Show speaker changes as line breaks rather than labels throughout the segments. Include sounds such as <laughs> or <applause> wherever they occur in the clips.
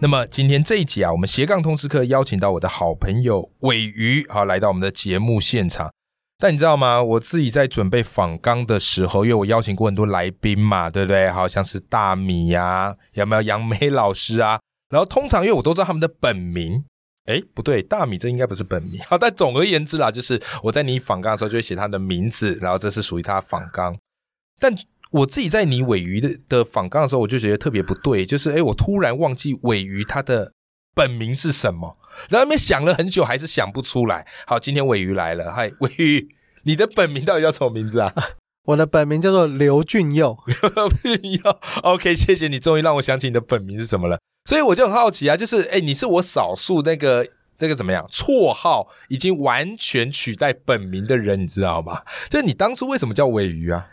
那么今天这一集啊，我们斜杠通识课邀请到我的好朋友尾鱼，好来到我们的节目现场。但你知道吗？我自己在准备访纲的时候，因为我邀请过很多来宾嘛，对不对？好像是大米呀、有没有杨梅老师啊？然后通常因为我都知道他们的本名，哎，不对，大米这应该不是本名。好，但总而言之啦，就是我在你访纲的时候就会写他的名字，然后这是属于他的访纲。但我自己在你尾鱼的的访纲的时候，我就觉得特别不对，就是哎，我突然忘记尾鱼他的本名是什么，然后那边想了很久，还是想不出来。好，今天尾鱼来了，嗨， <laughs> 尾鱼，你的本名到底叫什么名字啊？ <laughs>
我的本名叫做刘俊佑，
要 OK，谢谢你，终于让我想起你的本名是什么了。所以我就很好奇啊，就是哎、你是我少数那个那个怎么样，绰号已经完全取代本名的人，你知道吗？就是你当初为什么叫尾鱼啊？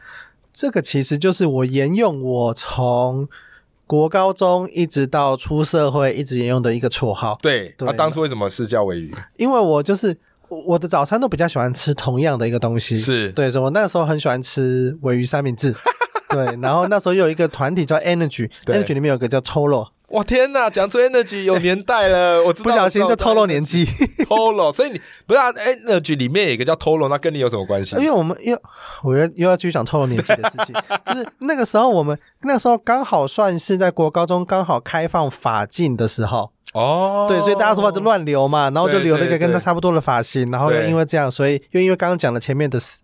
这个其实就是我沿用我从国高中一直到出社会一直沿用的一个绰号，
对，
对
啊，当初为什么是叫尾鱼？
因为我就是我我的早餐都比较喜欢吃同样的一个东西，
是
对，所以我那时候很喜欢吃尾鱼三明
<laughs>
治，对，然后那时候有一个团体叫 Energy，Energy
对
里面有个叫 Tolo，
哇天哪，讲出 energy 有年代
<laughs>
了，我知道
不小心就透露年
<laughs> 纪
纪，
，Tolo，所以你不是、啊、energy 里面有一个叫 Tolo，那跟你有什么关系
因？为我们又我又又要继续讲透露年纪的事情，就是那个时候我们那个时候刚好算是在国高中刚好开放法禁的时候。
哦，
对，所以大家头发就乱留嘛，然后就
对
留了一个
对
跟他
对
差不多的发型，然后又
对
因为这样，所以又因为刚刚讲了前面的事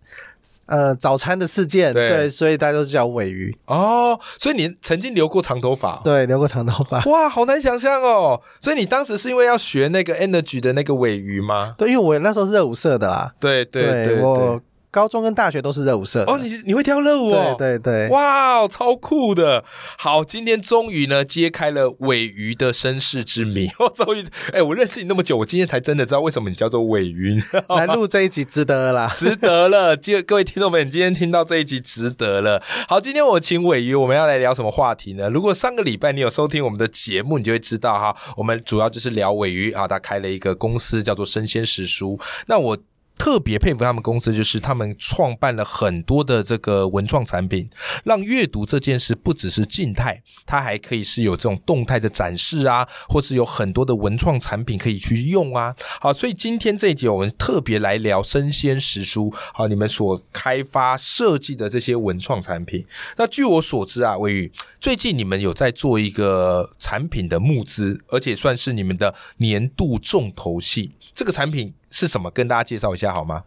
呃早餐的事件，
对
对，所以大家都叫尾鱼，
哦，所以你曾经留过长头发、哦，
对，留过长头发， <laughs>
哇，好难想象哦！所以你当时是因为要学那个 energy 的那个尾鱼吗？
对，因为我那时候是热舞社的啦，
对对对
我高中跟大学都是热舞社的，
哦，你你会跳热舞哦
对？对对，
哇哦，超酷的！好，今天终于呢揭开了尾鱼的身世之谜。 <laughs> 我终于，哎、我认识你那么久，我今天才真的知道为什么你叫做尾鱼，你知道吗
来录这一集值得了啦， <laughs>
<laughs> 值得了。就各位听众们，今天听到这一集值得了。好，今天我请尾鱼，我们要来聊什么话题呢？如果上个礼拜你有收听我们的节目，你就会知道哈，我们主要就是聊尾鱼啊，他开了一个公司叫做生鲜食蔬。那我。特别佩服他们公司，就是他们创办了很多的这个文创产品，让阅读这件事不只是静态，它还可以是有这种动态的展示啊，或是有很多的文创产品可以去用啊。好，所以今天这一节我们特别来聊生鲜食蔬，好，你们所开发设计的这些文创产品。那据我所知啊，魏宇，最近你们有在做一个产品的募资，而且算是你们的年度重头戏。这个产品是什么？跟大家介绍一下好吗？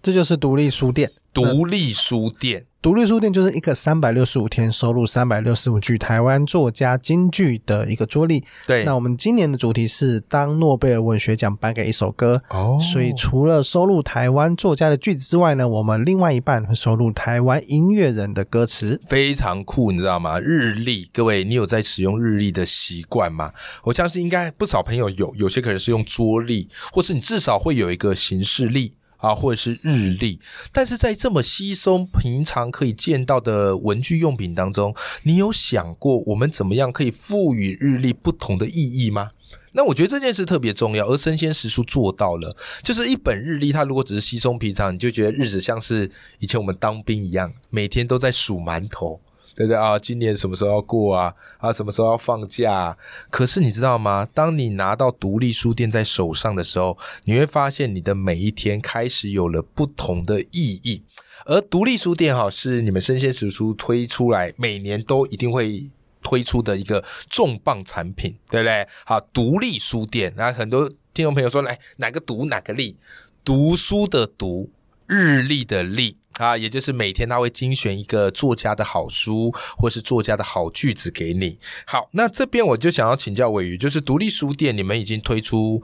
这就是独立书店。
独立书店。
独立书店就是一个三百六十五天收录三百六十五句台湾作家金句的一个桌历。
对
那我们今年的主题是当诺贝尔文学奖颁给一首歌，
哦
所以除了收录台湾作家的句子之外呢，我们另外一半会收录台湾音乐人的歌词。
非常酷，你知道吗？日历，各位，你有在使用日历的习惯吗？我相信应该不少朋友有，有些可能是用桌历，或是你至少会有一个行事历啊，或者是日历。但是在这么稀松平常可以见到的文具用品当中，你有想过我们怎么样可以赋予日历不同的意义吗？那我觉得这件事特别重要，而生鲜食书做到了。就是一本日历，它如果只是稀松平常，你就觉得日子像是以前我们当兵一样，每天都在数馒头，对不对啊？今年什么时候要过啊？啊，什么时候要放假、啊？可是你知道吗？当你拿到独立书店在手上的时候，你会发现你的每一天开始有了不同的意义。而独立书店哈、是你们生鲜食书推出来，每年都一定会推出的一个重磅产品，对不对？好，独立书店，那很多听众朋友说，来哪个独哪个立，读书的读，日历的历。啊，也就是每天他会精选一个作家的好书，或是作家的好句子给你。好，那这边我就想要请教伟宇，就是独立书店，你们已经推出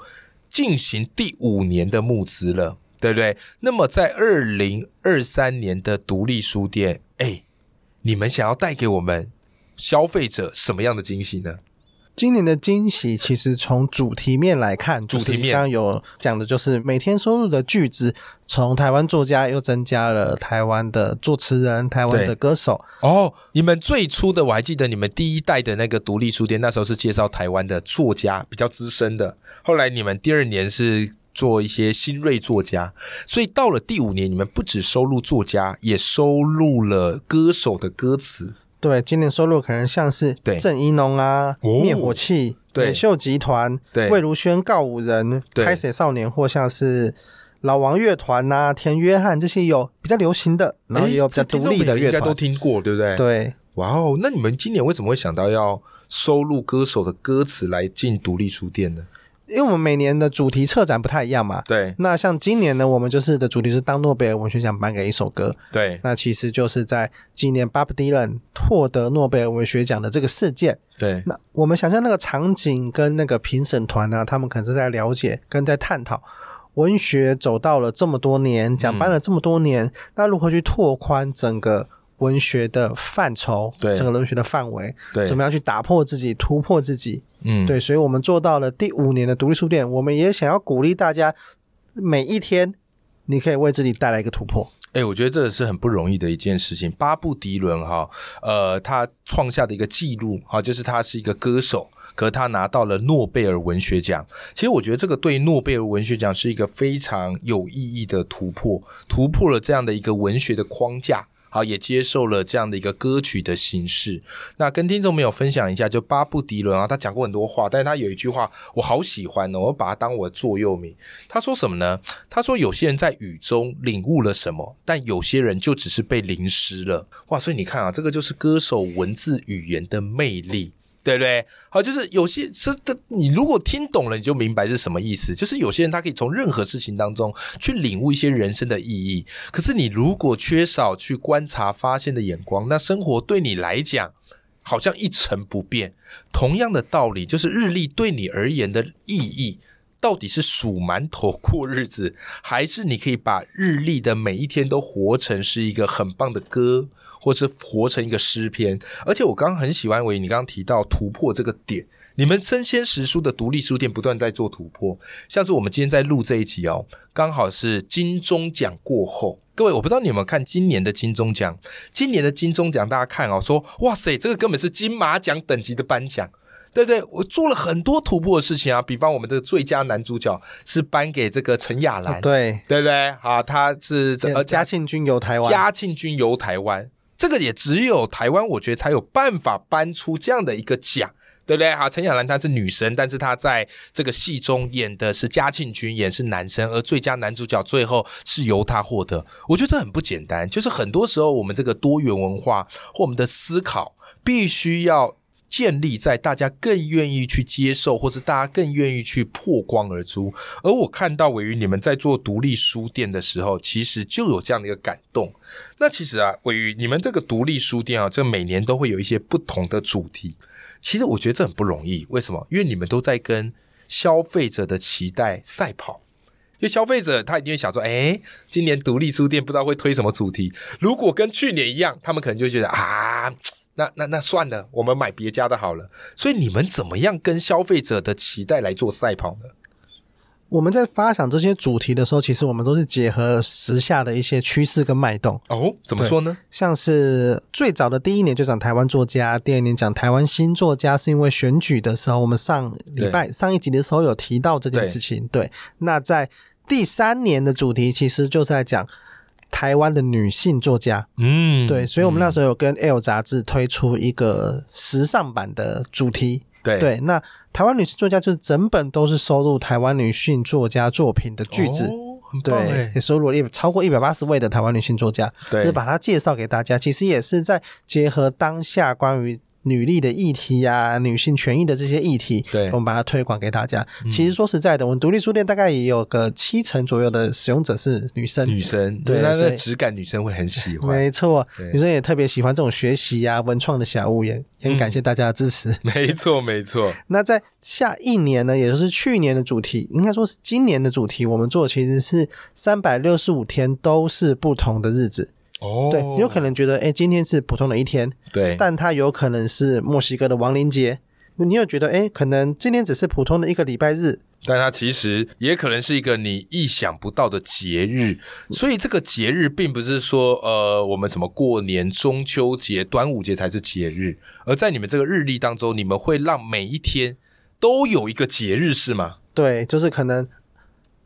进行第五年的募资了，对不对？那么在二零二三年的独立书店，哎，你们想要带给我们消费者什么样的惊喜呢？
今年的惊喜其实从主题面来看，
主题
就是
面
刚刚有讲的就是每天收入的巨资，从台湾作家又增加了台湾的作词人、台湾
对
的歌手，
哦，你们最初的我还记得，你们第一代的那个独立书店，那时候是介绍台湾的作家，比较资深的。后来你们第二年是做一些新锐作家，所以到了第五年，你们不只收录作家，也收录了歌手的歌词。
对，今年收入可能像是
对
郑一农啊、
哦
灭火器、
对
野秀集团、
对
魏如萱、告五人、
对
开水少年，或像是老王乐团呐、田约翰这些有比较流行的，然后也有比较
诶哎这听
独
众
立的
朋友
乐
应该都
团。
听过，对不对？。
对，
哇哦，那你们今年为什么会想到要收录歌手的歌词来进独立书店呢？
因为我们每年的主题策展不太一样嘛。
对
那像今年呢，我们就是的主题是当诺贝尔文学奖颁给一首歌，
对
那其实就是在纪念巴布迪 b 获得诺贝尔文学奖的这个事件。
对
那我们想象那个场景跟那个评审团呢、他们可能是在了解跟在探讨文学走到了这么多年，讲班了这么多年，那如何去拓宽整个文学的范畴，
对
整个文学的范围，
对，
怎么
样？
样去打破自己、突破自己？
嗯，
对，所以我们做到了第五年的独立书店，我们也想要鼓励大家，每一天你可以为自己带来一个突破。
哎、我觉得这是很不容易的一件事情。巴布迪伦哈，呃，他创下的一个记录哈，就是他是一个歌手，可是他拿到了诺贝尔文学奖。其实我觉得这个对诺贝尔文学奖是一个非常有意义的突破，突破了这样的一个文学的框架。好，也接受了这样的一个歌曲的形式。那跟听众朋友分享一下，就巴布迪伦啊，他讲过很多话，但是他有一句话我好喜欢哦，我把它当我的座右铭。他说什么呢？他说有些人在雨中领悟了什么，但有些人就只是被淋湿了。哇，所以你看啊，这个就是歌手文字语言的魅力。对不对？好，就是有些是的，你如果听懂了，你就明白是什么意思。就是有些人他可以从任何事情当中去领悟一些人生的意义，可是你如果缺少去观察、发现的眼光，那生活对你来讲好像一成不变。同样的道理，就是日历对你而言的意义，到底是数馒头过日子，还是你可以把日历的每一天都活成是一个很棒的歌，或是活成一个诗篇？而且我刚刚很喜欢维，你刚刚提到突破这个点。你们生鲜识书的独立书店不断在做突破，像是我们今天在录这一集哦，刚好是金钟奖过后。各位，我不知道你有没有看今年的金钟奖？今年的金钟奖，大家看哦，说哇塞，这个根本是金马奖等级的颁奖。对不对？我做了很多突破的事情啊，比方我们的最佳男主角是颁给这个陈亚兰，
哦对，
对不对？啊，他是这呃
嘉庆君游台湾，
嘉庆君游台湾，这个也只有台湾，我觉得才有办法颁出这样的一个奖。对不对？好，陈雅兰她是女生，但是她在这个戏中演的是嘉庆君，演是男生，而最佳男主角最后是由他获得。我觉得这很不简单，就是很多时候我们这个多元文化或我们的思考，必须要建立在大家更愿意去接受，或是大家更愿意去破光而出。而我看到伟云你们在做独立书店的时候，其实就有这样的一个感动。那其实啊，伟宇，你们这个独立书店啊，这每年都会有一些不同的主题。其实我觉得这很不容易，为什么？因为你们都在跟消费者的期待赛跑。因为消费者他一定会想说，哎，今年独立书店不知道会推什么主题。如果跟去年一样，他们可能就觉得啊，那那那算了，我们买别家的好了。所以你们怎么样跟消费者的期待来做赛跑呢？
我们在发想这些主题的时候，其实我们都是结合时下的一些趋势跟脉动，
哦，怎么说呢？
像是最早的第一年就讲台湾作家，第二年讲台湾新作家，是因为选举的时候，我们上礼拜上一集的时候有提到这件事情。对，那在第三年的主题其实就在讲台湾的女性作家。
嗯，
对，所以我们那
候、
时候有跟 L 杂志推出一个时尚版的主题。
对
对，那台湾女性作家就是整本都是收录台湾女性作家作品的句子。
哦很棒
对 <laughs>
哎，
也，收录了一超过一百八十位的台湾女性作家，
对
就把它介绍给大家。其实也是在结合当下关于女力的议题呀、女性权益的这些议题，
对嗯
我们把它推广给大家。其实说实在的，我们独立书店大概也有个七成左右的使用者是女生，
女生，
对
那
所
那
以
质感女生会很喜欢。
没错
对，
女生也特别喜欢这种学习呀、文创的小物，也
嗯
也很感谢大家的支持。
<laughs> 没错，没错，
那在下一年呢，也就是去年的主题，应该说是今年的主题，我们做的其实是三百六十五天都是不同的日子。
哦
对，你有可能觉得，哎、今天是普通的一天，
对，
但它有可能是墨西哥的亡灵节，你有觉得，哎，可能今天只是普通的一个礼拜日，
但它其实也可能是一个你意想不到的节日，所以这个节日并不是说呃我们什么过年、中秋节、端午节才是节日，而在你们这个日历当中，你们会让每一天都有一个节日是吗？
对，就是可能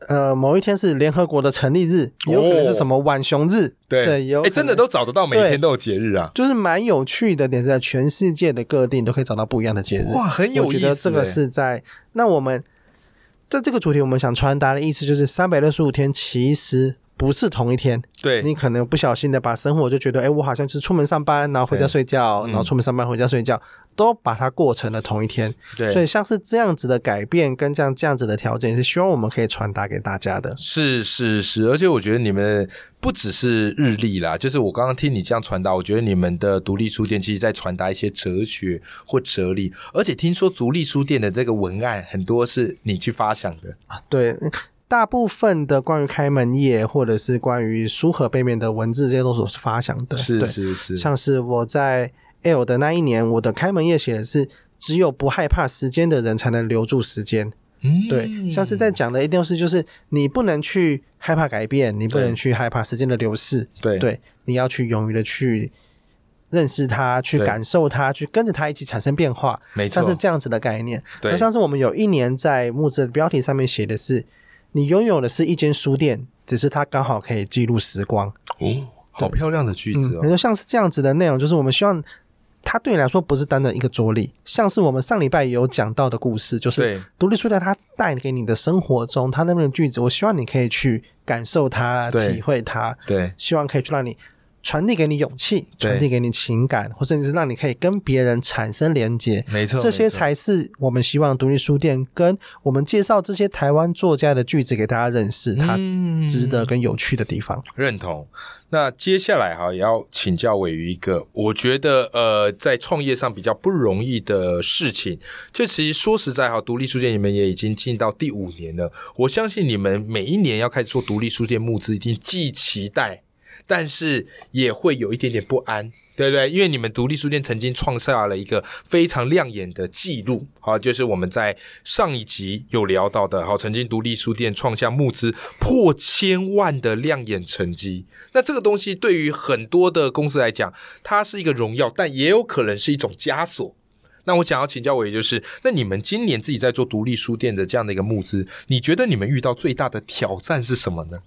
呃某一天是联合国的成立日，也有可能是什么晚熊日，
哦对
对，也有
哎，真的
可能
都找得到，每一天都有节日啊！
就是蛮有趣的点是在全世界的各地你都可以找到不一样的节日。
哇，很有意
我
思、
觉得这个
哎
是在那我们在这个主题，我们想传达的意思就是，三百六十五天其实不是同一天。
对
你可能不小心的把生活就觉得，哎，我好像是出门上班，然后回家睡觉，
嗯
然后出门上班回家睡觉，都把它过成了同一天。
对，
所以像是这样子的改变跟这样这样子的调整，是希望我们可以传达给大家的。
是是是，而且我觉得你们不只是日历啦，就是我刚刚听你这样传达，我觉得你们的独立书店其实在传达一些哲学或哲理，而且听说独立书店的这个文案很多是你去发想的，
对，嗯大部分的关于开门夜或者是关于书盒背面的文字，这些都是我发想的。
是
对
是是，
像是我在 L 的那一年，我的开门页写的是只有不害怕时间的人才能留住时间。
嗯
对，像是在讲的一定是就是你不能去害怕改变，你不
对
能去害怕时间的流逝，
对
对，你要去勇于的去认识它，去
对
感受它，去跟着它一起产生变化。
没错
像是这样子的概念。
对
那像是我们有一年在木质的标题上面写的是，你拥有的是一间书店，只是它刚好可以记录时光。
哦，好漂亮的句子
嗯，
哦
那，就像是这样子的内容，就是我们希望它对你来说不是单单一个着力，像是我们上礼拜也有讲到的故事，就
对
是独立书袋它带给你的生活中，它那边的句子，我希望你可以去感受它、
对
体会它，
对
希望可以去让你。传递给你勇气，
对
传递给你情感，或甚至是让你可以跟别人产生连接，
没错
这
没
些
错
才是我们希望独立书店跟我们介绍这些台湾作家的句子给大家认识，它
嗯
值得跟有趣的地方。
认同。那接下来哈，也要请教尾鱼一个，我觉得呃，在创业上比较不容易的事情，就其实说实在哈，独立书店你们也已经进到第五年了，我相信你们每一年要开始做独立书店募资，一定既期待。但是也会有一点点不安，对不对？因为你们独立书店曾经创下了一个非常亮眼的记录，好，就是我们在上一集有聊到的，好，曾经独立书店创下募资破千万的亮眼成绩。那这个东西对于很多的公司来讲，它是一个荣耀，但也有可能是一种枷锁。那我想要请教我，也就是，那你们今年自己在做独立书店的这样的一个募资，你觉得你们遇到最大的挑战是什么呢？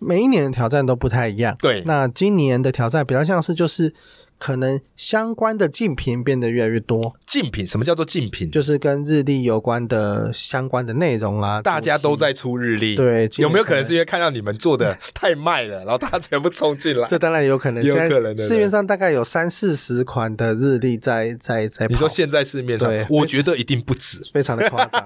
每一年的挑战都不太一样。
对
那今年的挑战比较像是就是可能相关的竞品变得越来越多，
竞品，什么叫做竞品？
就是跟日历有关的相关的内容啊啦，
大家都
主题。
在出日历，
对今
有
年
没有可
可
能
能
是因为看到你们做的太卖了，然后大家全部冲进来
这？当然也有可能，
也有可能
现
对
在
不对
市面上大概有三四十款的日历在在在跑，
你说现在市面上
对，
我觉得一定不止，
非常的夸
<laughs>
张。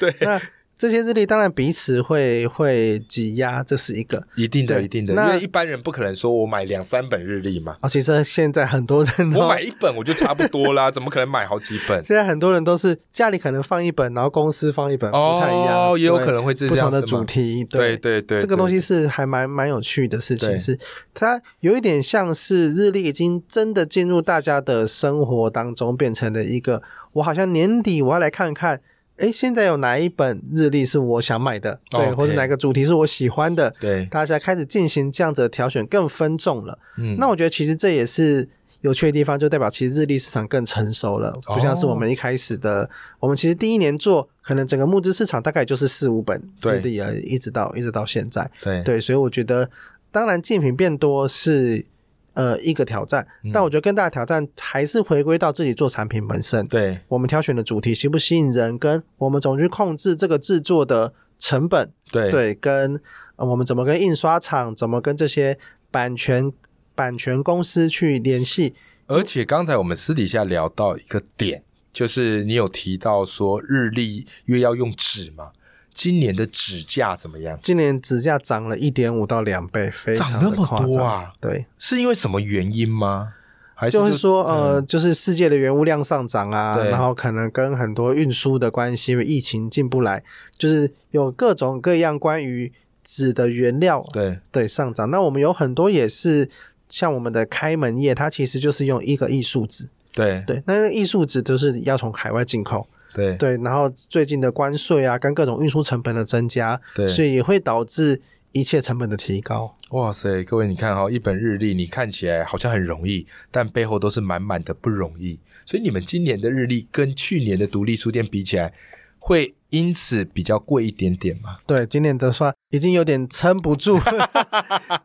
对，
那这些日历当然彼此会会挤压，这是一个。
一定的，
对
一定的，因
那
为一般人不可能说我买两三本日历嘛，
哦，其实现在很多人都
我买一本我就差不多
<laughs>
啦，怎么可能买好几本？
现在很多人都是家里可能放一本，然后公司放一本，
哦
不太一样，
也有
对
可能会是这
不
样
同的
子嘛
主题。
对对
对
对，
这个东
对
西是还蛮蛮有趣的事
对
情，是它有一点像是日历已经真的进入大家的生活当中，变成了一个我好像年底我要来看看。诶，现在有哪一本日历是我想买的？对
OK
或是哪个主题是我喜欢的？
对
大家开始进行这样子的挑选，更分众了。
嗯
那我觉得其实这也是有趣的地方，就代表其实日历市场更成熟了，
哦
不像是我们一开始的，我们其实第一年做，可能整个募资市场大概就是四五本
对
日历而已，一直到一直到现在。
对
对，所以我觉得，当然竞品变多是。呃，一个挑战，
嗯
但我觉得更大的挑战还是回归到自己做产品本身。
对
我们挑选的主题吸不吸引人，跟我们怎么去控制这个制作的成本，
对
对，跟、呃我们怎么跟印刷厂，怎么跟这些版权版权公司去联系，
而且刚才我们私底下聊到一个点，就是你有提到说日历因为要用纸嘛，今年的纸价怎么样？
今年指价涨了一点五到两倍，非
涨
常
那
的
么
夸
多
张。
啊
对，
是因为什么原因吗？还是嗯
就是说，呃，就是世界的原物量上涨啊，
对
然后可能跟很多运输的关系，因为疫情进不来，就是有各种各样关于纸的原料
对
对上涨。那我们有很多也是像我们的开门业，它其实就是用一个艺术纸，
对
对，那艺术指就是要从海外进口。
对
对，然后最近的关税啊，跟各种运输成本的增加，
对
所以也会导致一切成本的提高。
哇塞，各位你看哈、哦，一本日历你看起来好像很容易，但背后都是满满的不容易。所以你们今年的日历跟去年的独立书店比起来，会因此比较贵一点点吗？
对，今年的算已经有点撑
<laughs>
不住，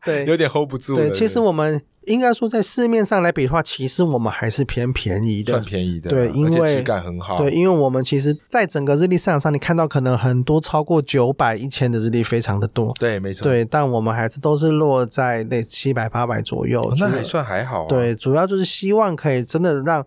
对，
有点 hold 不住了。
对，其实我们。应该说，在市面上来比的话，其实我们还是偏便宜的，
算便宜的，
对，因为
质感很好。
对，因为我们其实，在整个日历市场上，你看到可能很多超过九百、一千的日历非常的多，
对，没错。
对，但我们还是都是落在那七百、八百左右、
哦，那还算还好、啊。
对，主要就是希望可以真的让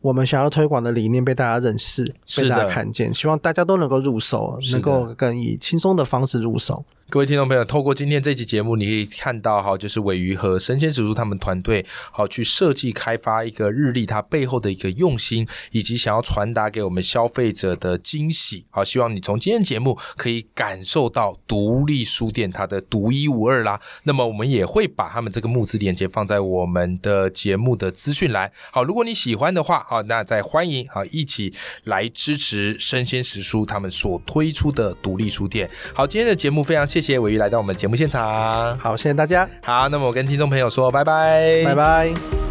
我们想要推广的理念被大家认识，被大家看见，希望大家都能够入手，能够更以轻松的方式入手。
各位听众朋友，透过今天这期节目，你可以看到哈，就是尾鱼和生鲜指数他们团队好去设计开发一个日历，它背后的一个用心，以及想要传达给我们消费者的惊喜。好，希望你从今天节目可以感受到独立书店它的独一无二啦。那么我们也会把他们这个募资链接放在我们的节目的资讯栏。好，如果你喜欢的话，好，那再欢迎好一起来支持生鲜食书他们所推出的独立书店。好，今天的节目非常。谢谢尾鱼来到我们节目现场，
好，谢谢大家。
好，那么我跟听众朋友说拜拜，
拜拜。